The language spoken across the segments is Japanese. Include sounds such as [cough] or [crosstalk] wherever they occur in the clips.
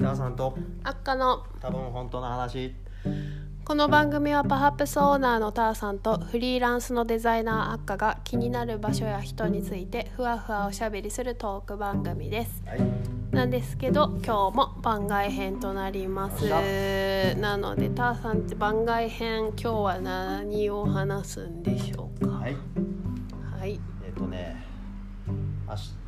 川さんとあっかの多分本当の話この番組はパハプスオーナーのターさんとフリーランスのデザイナーあっかが気になる場所や人についてふわふわおしゃべりするトーク番組ですはいなんですけど今日も番外編となりますよっなのでターさんって番外編今日は何を話すんでしょうかはいはいえっ、とね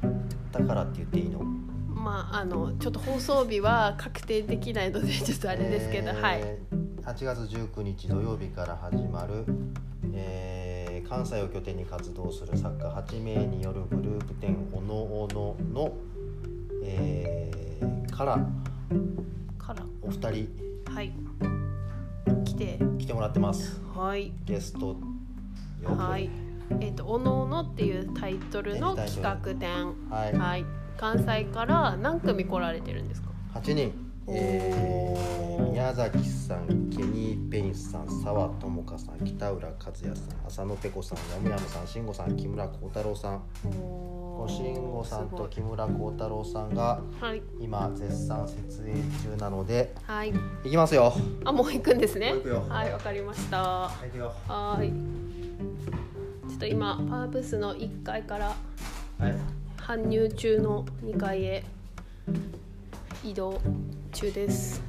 明日からって言っていいのまああのちょっと放送日は確定できないのでちょっとあれですけど、えーはい8月19日土曜日から始まる、えー関西を拠点に活動する作家8名によるグループ展「おのおのの」えーからからお二人はい来て来てもらってますはいゲストよはい。えっ、とおのおのっていうタイトルの企画展。はいはい。関西から何組来られてるんですか。 8人、えー宮崎さんケニー・ペインさん澤智香さん北浦和也さん浅野ペコさんやむやむさん慎吾さん木村光太郎さんお慎吾さんとす木村光太郎さんがごいはい今絶賛設営中なのではい。いきますよあもう行くんですねもう行くよ。はいわかりました。ははい行くよーい。ちょっと今パーブスの1階からはい搬入中の2階へ移動中です。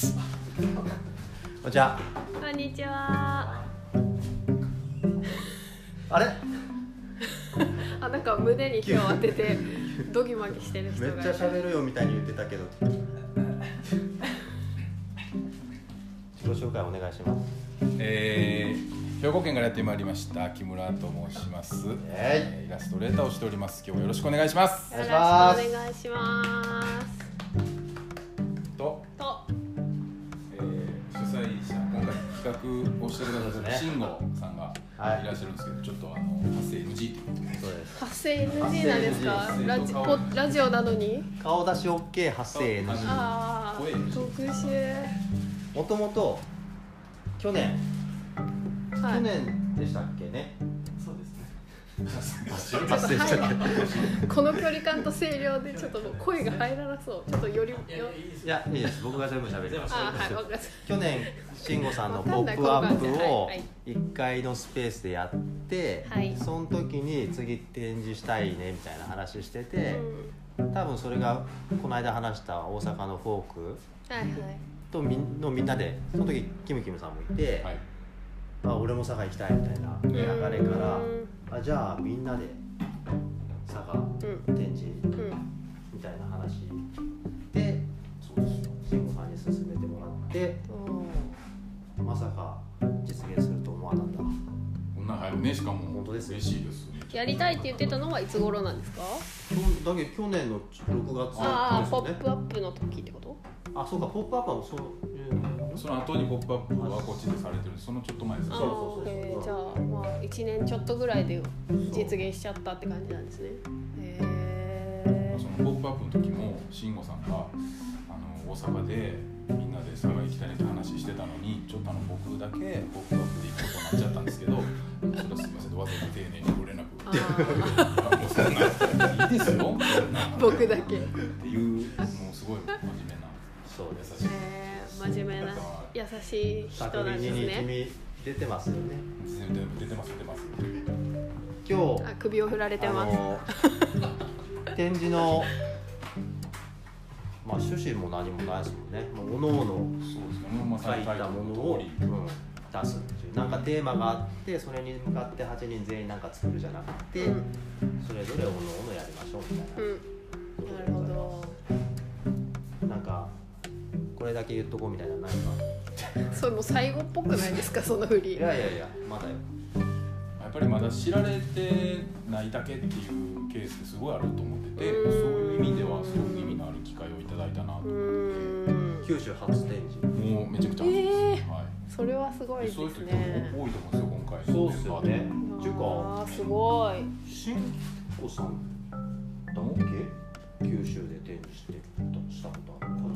こんにちはこんにちは。あれあなんか胸に手を当ててドギマギしてる人めがっいるちゃ喋るよみたいに言ってた [laughs] けど自己紹介お願いしますえー兵庫県からやってまいりました木村と申します、ええーイラストレーターをしております今日はよろしくお願いしますよろしくお願いします。と、と、えー主催者今回企画をしてくださった慎吾さんがはいいらっしゃるんですけど、ちょっとあの発生 NG ということでそうです発声 NG なんですか発？声 NG ラジポラジオなのに？顔出し OK 発生 NG あああ声、特殊。もともと去年、は去い。年でしたっけねそう [laughs] ですね発生したっけこの距離感と声量でちょっともう声が入らなそう。ちょっとよりよ。いやいいです僕が全部喋りますあーはいわかりまし去年慎吾さんの「わかポんなッいプアップ交換をはいはい1階のスペースでやって、はいその時に次展示したいねみたいな話してた。うて、ん多分それがこの間話した大阪のフォークはいはい。とみんのみんなでその時キムキムさんもいて、はいあ俺も佐賀行きたいみたいな流れから、うんあじゃあみんなで佐賀う展示うんみたいな話でそうですよ慎吾さんに勧めてもらってまさか実現すると思わなかったこんなん入るねしかも本当です嬉しいですねやりたいって言ってたのはいつ頃なんですか？去年だけど去年の6月ああ、ポでッすプねアップの時ってこと？あそうか「ポップアップはそういうその後に「ポップアップはこっちでされてるそのちょっと前ですあねそうそうそうあ、えーじゃあまあ一年ちょっとぐらいで実現しちゃったって感じなんですね。へえその「ポップアップの時も慎吾さんがあの大阪でみんなで佐賀行きたいって話してたのにちょっとあの僕だけ「ポップアップで行くことになっちゃったんですけどそれはすみませんわざわざ丁寧にご連絡あいーもうそんないいですよそんな僕だけ。へっていうもうすごい真面目なそうです優しいえ真面目な優しい人匠なんですにね。君出てますよね全部出てます出てます今日あ首を振られてます。の展示のまあ趣旨も何もないですもんねもうおのおのそうですよねま書いたものを、タイうトルの通ん出すっていうなんかテーマがあってそれに向かって8人全員なんか作るじゃなくて、うんそれぞれおのおのやりましょうみたいうん。なるほど。な、なんかこれだけ言っとこうみたいなのないかそれもう最後っぽくないですかその [laughs] 振いり。やいやいやまだよりやっぱりまだ知られてないだけっていうケースってすごいあると思っててそううんいう意味ではすごく意味のある機会をいただいたなとうーん。九州初展示もうめちゃくちゃ暑いです、えはそれはすごいいでそういうす人結ね。構多いと思うんですよ今回そうっすよねメンバーっでていうあかあすごい。新子さんだっけ九州で展示してたしたことあるかな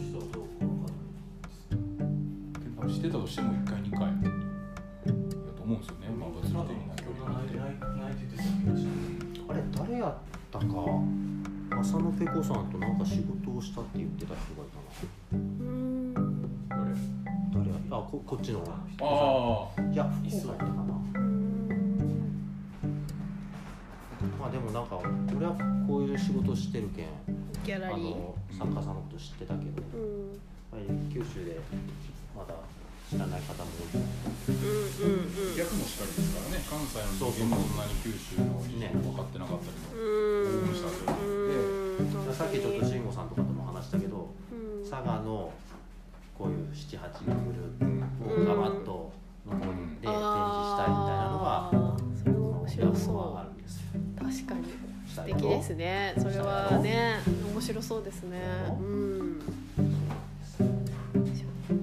したどうかわかんない多分してたとしても1回2回やと思うんですよね、まあ、物理的な距離があって。あれ誰やったか浅野ペコさんとなんか仕事をしたって言ってた人がいうんどれたな誰やったあここっちのああ、いや福岡やったかなうんまあでもなんか俺はこういう仕事してるけんギャあラリーの作家さんのこと知ってたけど、うんうんまあ九州でまだ知らない方も多いうん逆もしかりですからね、関西そうのそう人間もそんなに九州の事ね情分かってなかったりとか、うん大分でうんさっきちょっと慎吾さんとかとも話したけどうん佐賀のこういう78のグループをうんガバッと残りで展示したいみたいなのはあーそれも面白あそるんですよう確かに素敵ですねそれはね面白そうですねうんね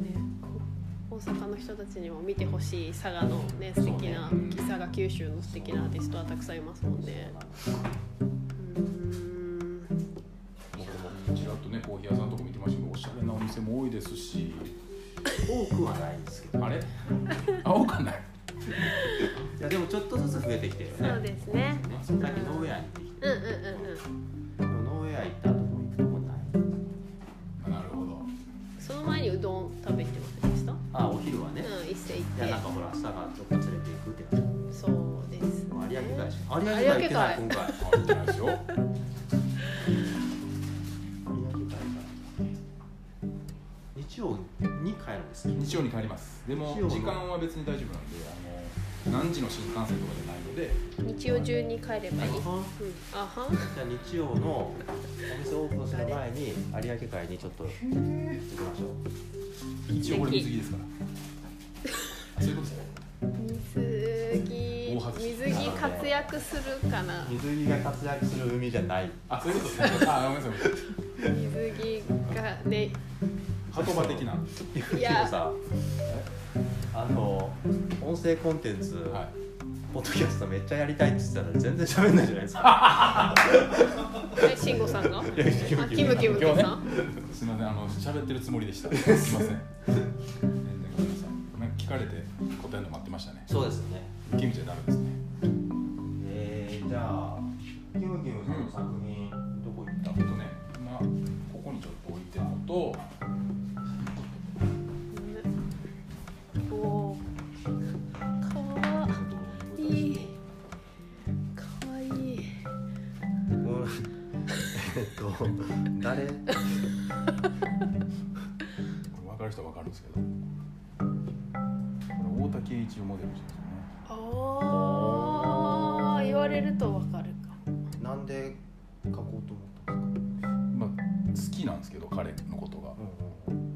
大阪の人たちにも見てほしい佐賀のね素敵な、そうね佐賀九州の素敵なアーティストはたくさんいますもんねうーん僕もちらっとね、コーヒー屋さんとか見てましたけど、おしゃれなお店も多いですし、多くはないんですけどあれあ、多かない。いやでもちょっとずつ増えてきてるよそねうですねねそれだけノーウェアに行ってきうんうんうんてでもノーウェア行った後も行くとこないなるほど。うんその前にうどん食べてませんでしたうあお昼はねん一斉いやなんか行っほら佐賀どっか連れて行くってなっててそうですね有明海し有明海行ってない有今回あ、いいじゃないですよ。有明海か日曜に帰るんですね日曜に帰ります。でも日曜、の時間は別に大丈夫なんで、あの、何時の新幹線とかじゃないので、日曜中に帰ればいい、うん、あはんじゃあ日曜のお店オープンする前に有明海にちょっと行きましょう一応これ水着ですから。あそういうことですね。水着大外し水着活躍するかな水着が活躍する海じゃないあ、そういうことですね。あ、ごめんなさいごめんなさい。水着がね鳩場的な。はいやでもさあの音声コンテンツ、い。ポッドキャストめっちゃやりたいって言ってたら全然喋んないじゃないですかえ慎吾さ [laughs] んがあやキムキムキムキムキムさんすみません、あの喋ってるつもりで [laughs] した。すみません。全然ごめんなさい。なんか聞かれて答えるの待ってましたね。そうですねキムちゃんダメですね。えー、じゃあキムキムさんの作品、どこ行ったあとね、まあここにちょっと置いてるのと、おおーかわいいかわいいうん [laughs] えっと誰これ分かる人は分かるんですけど、これ太田圭一をモデルにしてまあー言われるとわかるかなんで書こうと思ったんですすよね。まあ好きなんですけど彼のことがか、うん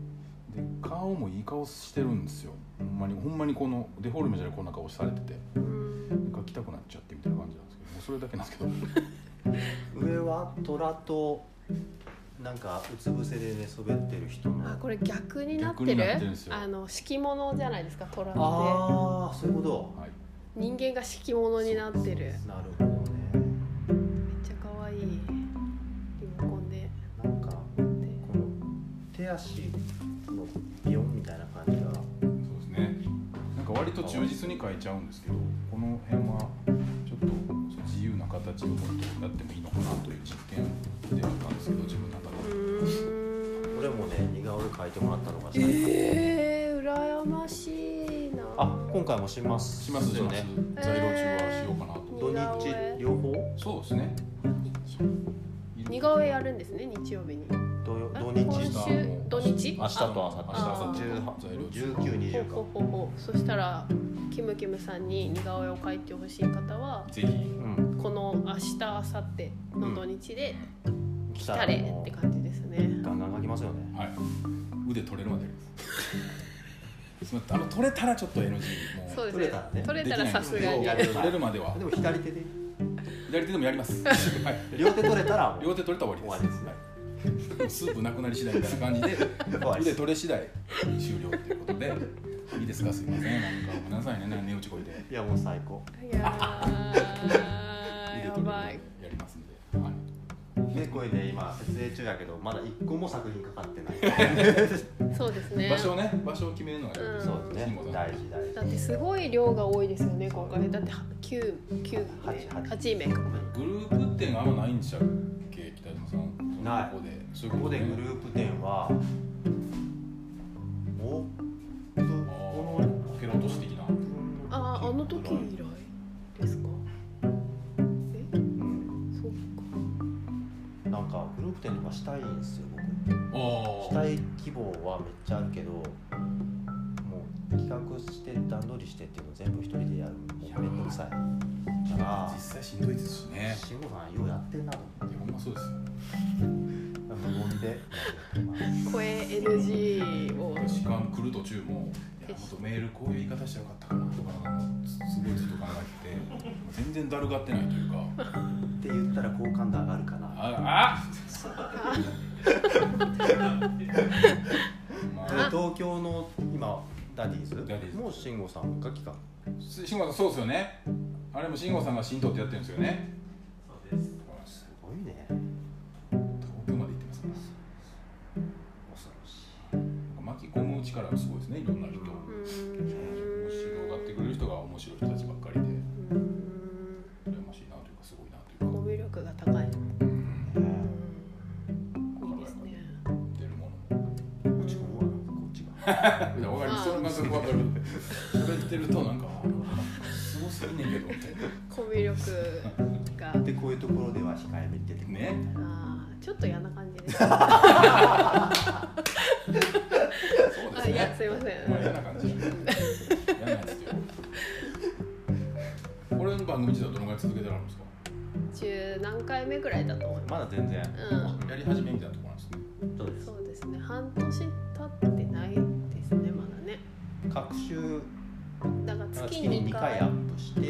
で顔もいい顔してるんですよ。ほんまにほんまにこのデフォルメじゃないこんな顔されてて、うん描きたくなっちゃってみたいな感じなんですけど、もうそれだけなんですけど。上は虎となんかうつ伏せで寝そべってる人のあこれ逆になってる逆になってるんですよあの敷物じゃないですか虎ってああそういうことはい。人間が敷物になってるめっなるほどねちゃ可愛いリモコンでなんかこの手足のビヨンみたいな感じがそうですね。なんか割と忠実に変えちゃうんですけど、この辺はちょっと自由な形をもっとやってもいいのかなという実験ではあったんですけど、自分の中うで。ーん俺もね似顔絵描いてもらったのが最近えー、羨ましいなあ今回もしますしますしよますね。在路中はしようかなと。土日両方そうですね。似顔絵やるんですね日曜日に土曜あ土今日週土日明日と明後日明日明後日18在路中1920ほうかほうほうほうそしたらキムキムさんに似顔絵を描いてほしい方はぜひうんこの明日明後日の土日で来来たたられもっうて感じですね、ガンガン描きますよねはい。腕取れるまでやり [laughs] ます。すみませんあの取れたらちょっと NG もうそうです取れたらねね取れたらさすできがないんにですけど取れるまではでも左手で左手でもやります。はい。 [laughs] 両手取れたらもう両手取れたら終わりです終わはいもうスープなくなり次第みたいな感じで終わりです腕取れ次第終了ということでいいですかすいませんなんかごめんなさいねなんか値打ち声でいやもう最高いや [laughs] ー腕や取ればいやりますんで、は [laughs] い、ねこれね今設営中やけどまだ一個も作品かかってないそうですね場所をね場所を決めるのが結構そうですね慎吾さん大事大事だってすごい量が多いですよね今回だって九九八八八名かグループ展あんまないんでしたっけ北島さんないここでそういうここことでねグループ展はおあこのーこけら落とし的なあああの時以来ですかえうんそうかなんかグループ展とかしたいんですよ僕あしたい希望はめっちゃあるけどもう企画して段取りしてっていうの全部一人でやるいもやうめんどくさいだからあ実際しんどいですしね慎吾さんようやってんなといやほんまそうですよ思って無言でやってます声 NG を時間来る途中も「いやもっとメールこういう言い方してよかったかな」とかなんかすすごいずっと考えてて全然だるがってないというかって言ったら好感度上がるかあなあまであ東京の今ダディーズダディーズもう慎吾さんが企画慎吾さんそうですよねあれも慎吾さんが神道ってやってるんですよねそうですすごいね東京まで行ってますから恐ろし巻き込む力がすごいですねいろんな人う面白がっーてくれる人が面白い人たちばっかりでん羨ましいなというかすごいなというか語尾力が高いいうんねうんいいですね出るものもこっちがうわこっち [laughs] がいやわかりますその感覚わかる喋ってるとなんかあーすごすぎねんけどみたいな語尾力がでこういうところでは控えめに出てくるねあーちょっと嫌な感 [laughs] じですそうであすいやねすいませま [laughs] あ嫌んな感じ嫌なやつよこれの番組自体はどのぐらい続けてられるんですか中何回目ぐらいだと思いままだ全然すうんやり始めみたいなところなんですねそうですそうですね半年経ってないですねまだね各週だから月月に2 2回回アップして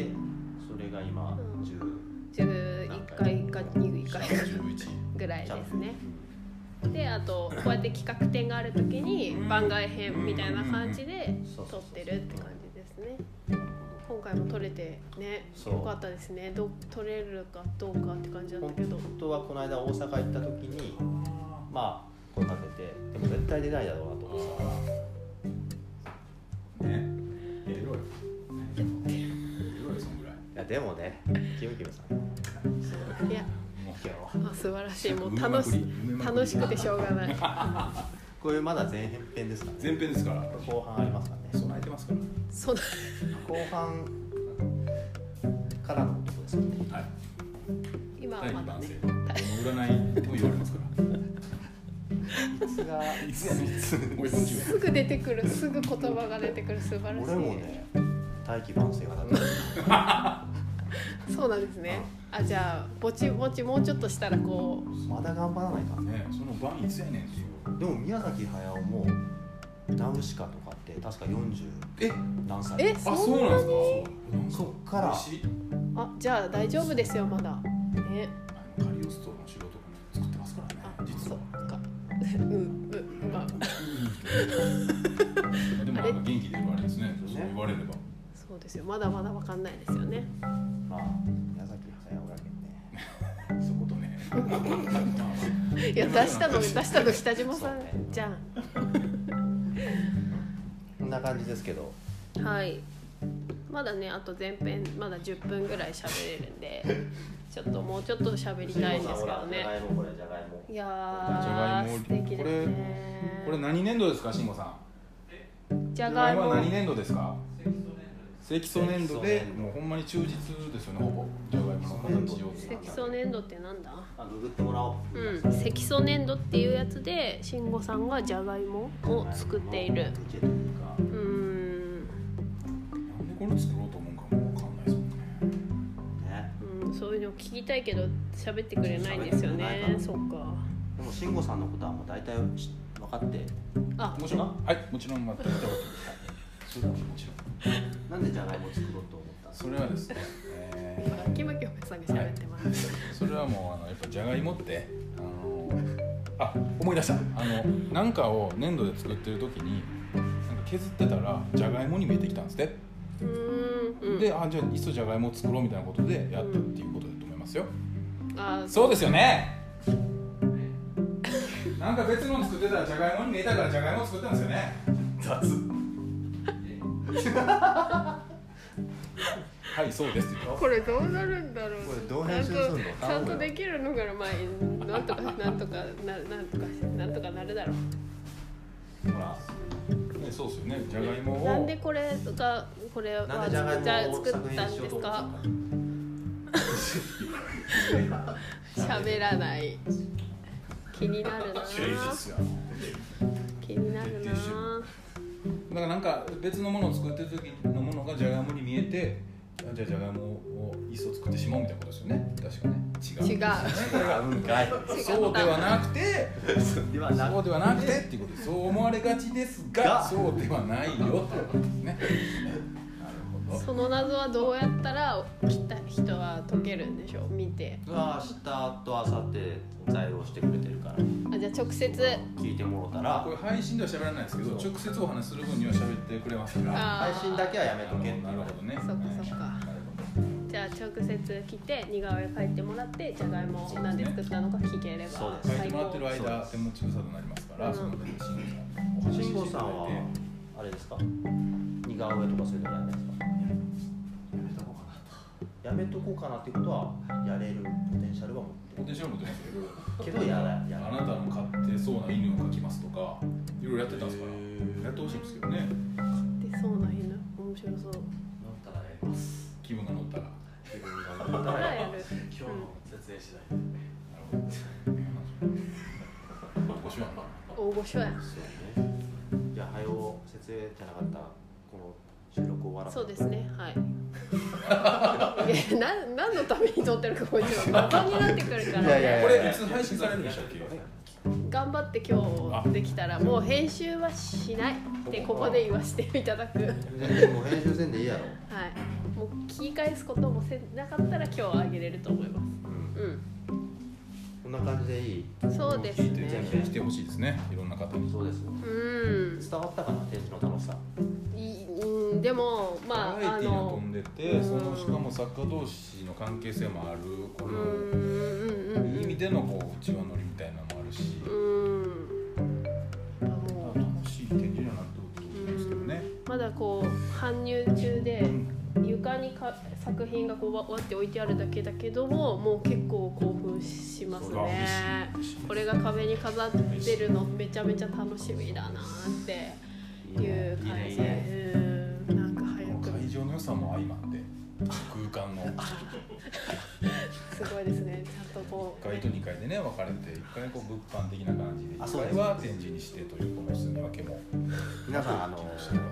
それが今うん10 11回か2回か11ぐらいチャでンすスねであとこうやって企画展がある時に番外編みたいな感じでそう撮そうってるって感じですね今回も撮れてねそうよかったですねど撮れるかどうかって感じなんだけど本当はこの間大阪行った時にまあこんな出てでも絶対出ないだろうなと思ってね出ろよ出ろよそんぐらいたいやでもね清木さんいやもう今日はあ素晴らしいもう楽し楽しくてしょうがないこれまだ前編編ですからね前編ですから後半ありますからね備えてますかその後半からのことですよねらはい今は第ま2だ番ね生この占いと言われますからいつがいつやねんいつもう40すぐ出てくるすぐ言葉が出てくる素晴らしい俺もね大器晩成がだったそうなんですねあじゃあぼちぼちもうちょっとしたらこうまだ頑張らないかねその晩いつやねんっていうでも宮崎駿もナウシカとかって確か40え何歳えあそそううなんですかそっから嬉しいあじゃあ大丈夫ですよまだねあのカリオストロの城とかも作ってますからねあ実そはっか [laughs] うんうんまあでもなんか元気で言われですねあれそう言われればそうですよまだまだわかんないですよ [laughs] ねまあ宮崎駿だけどねそことねいや出した [laughs] の出したの北島さんじゃこんな感じですけどんはいまだねあと前編まだ10分ぐらい喋れるん [laughs] でちょっともうちょっと喋りたいんですけどじゃがねいもこれじゃがいもいやじゃがいーも素敵ですねこれ何年度ですか慎吾さんじゃがいもは何年度ですか積素年度で積素年度もうほんまに忠実ですよねほぼじゃがいもの形を積素粘土ってなんだあググってもらおううん、積素粘土っていうやつで慎吾さんがじゃがいもを作っているジェというかうーん、なんでこれ作ろうと思うかもわかんないですもんねねうん、そういうの聞きたいけど喋ってくれないんですよ喋ってくれないねかそっかでも慎吾さんのことはもう大体し分かってあもちろんはいもちろんまた見たことですそれはもちろんなんでじゃがいも作ろうと思ったんですかそれはですね、えー今キムキョメさんが喋ってます、それはもうあのやっぱじゃがいもってあのあ思い出したあのなんかを粘土で作ってる時になんか削ってたらじゃがいもに見えてきたんですね、うーん、うん、であじゃあいっそじゃがいもを作ろうみたいなことでやったっていうことだと思いますよ、あそうですよねなんか別の作ってたらじゃがいもに見えたからじゃがいも作ったんですよね雑はいそうですよこれどうなるんだろうこれどう編集すんのちゃんとちゃんとできるのがまあなんとかなんとかななんとかなんとかなるだろうほら、ね、そうですよねじゃがいもをなんでこれがこれはなんでじゃがいもをじゃあ作ったん作品にしよでうとす思ったかの喋らない気になるな芸術や気になるなだからなんか別のものを作ってる時のものがじゃがいもに見えてあじゃあじゃがいもをいっそ作ってしまおうみたいなことですよね確かね違う違う [laughs] これがうんかいそうではなくてではなそうくではなくてっていうことですそう思われがちですががそうではないよってことですねなるほその謎はどうやったら来た人は解けるんでしょう見ては明日と明後日在庫してくれてるからあじゃあ直接聞いてもろたどこられ配信では喋らないですけど直接お話しする分には喋ってくれますからあー配信だけはやめとけってなるほどねそっかそっかはいなるほどじゃあ直接来て似顔絵描いてもらってじゃがいもをなんで作ったのか聞ければそうです書いてもらってるそうで間す手持ち無沙汰になりますから、うんその時に慎慎吾吾ささんんははあれですか似顔絵とかそういうのやらないですかやめとこやめとこうかなうかなってことはやれるポテンシャルは持ポテンシャル持ってますってるけどやらないけやどらあなないたの飼ってそうな犬を描きますとかいろいろやってたんですかへーらやってほしいんですけどねでそうな犬面白そう乗ったらやります気分が乗った [laughs] 自分がらなる頑張ったらあらやる今日の設営次ほどご主人大御所そうやねじゃあ早う設営じゃなかったらこの収録終わらそうですねはいいやな何のために撮ってるかこいつはバカになってくるからこれいつ配信されるんでしたっけ頑張って今日できたらもう編集はしないってここで言わせていただくはい全然もう編集せんでいいやろもう聞き返すこともせなかったら今日はあげれると思いまうんすうこんな感じでいいんそうです聞いてぜねひ来てほしいですねいろんな方にそうですねうん伝わったかな展示の楽しさいうんでもまバラああエティーがの飛んでてそのしかも作家同士の関係性もあるこうの、んうんうんいい意味でのこううちわ乗りみたいなのもあるし、うんまあもう楽しい展示にはなってことですけどね、まだこう搬入中で床にか作品がこうわわって置いてあるだけだけどももう結構興奮しますそうだねこれが壁に飾ってるのめちゃめちゃ楽しみだなっていう感じうんなんか早く会場の良さも相まって空間のすごいですねちゃんとこう1階と2階でね分かれて1階こう物販的な感じであそうで1す階は展示にしてというこの住み分けも皆さんあの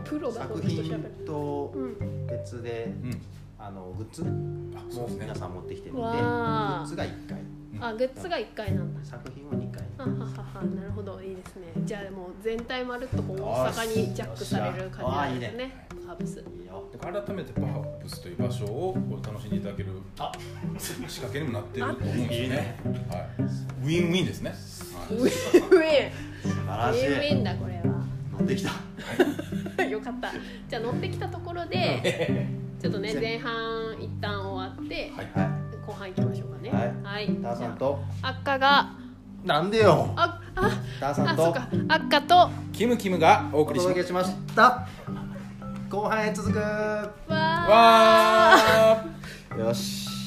プロがこ作の人喋品るとうん別でうんあのグッズあそうもですね皆さん持ってきてるんでグわあッズが1回あグッズが1階なんだ作品は2回ははははなるほどいいですねじゃあもう全体まるっとこう大阪にジャックされる感じなんですねカーブスいいよだから改めてパハップスという場所をこう楽しんでいただけるあ仕掛けにもなってると思うんですよねはい、ウィンウィンですね、はいウィンウィン素晴ウらしィンウいィンだこれは持ってきたよかったじゃあ乗ってきたところでちょっとね前半一旦終わって、はいは後半行きましょうかねはいはいいターさんと赤がなんでよああターさあんそうとか赤とわ [laughs] キムキムがおお送りしま届けしすました後半へ続くーわーよし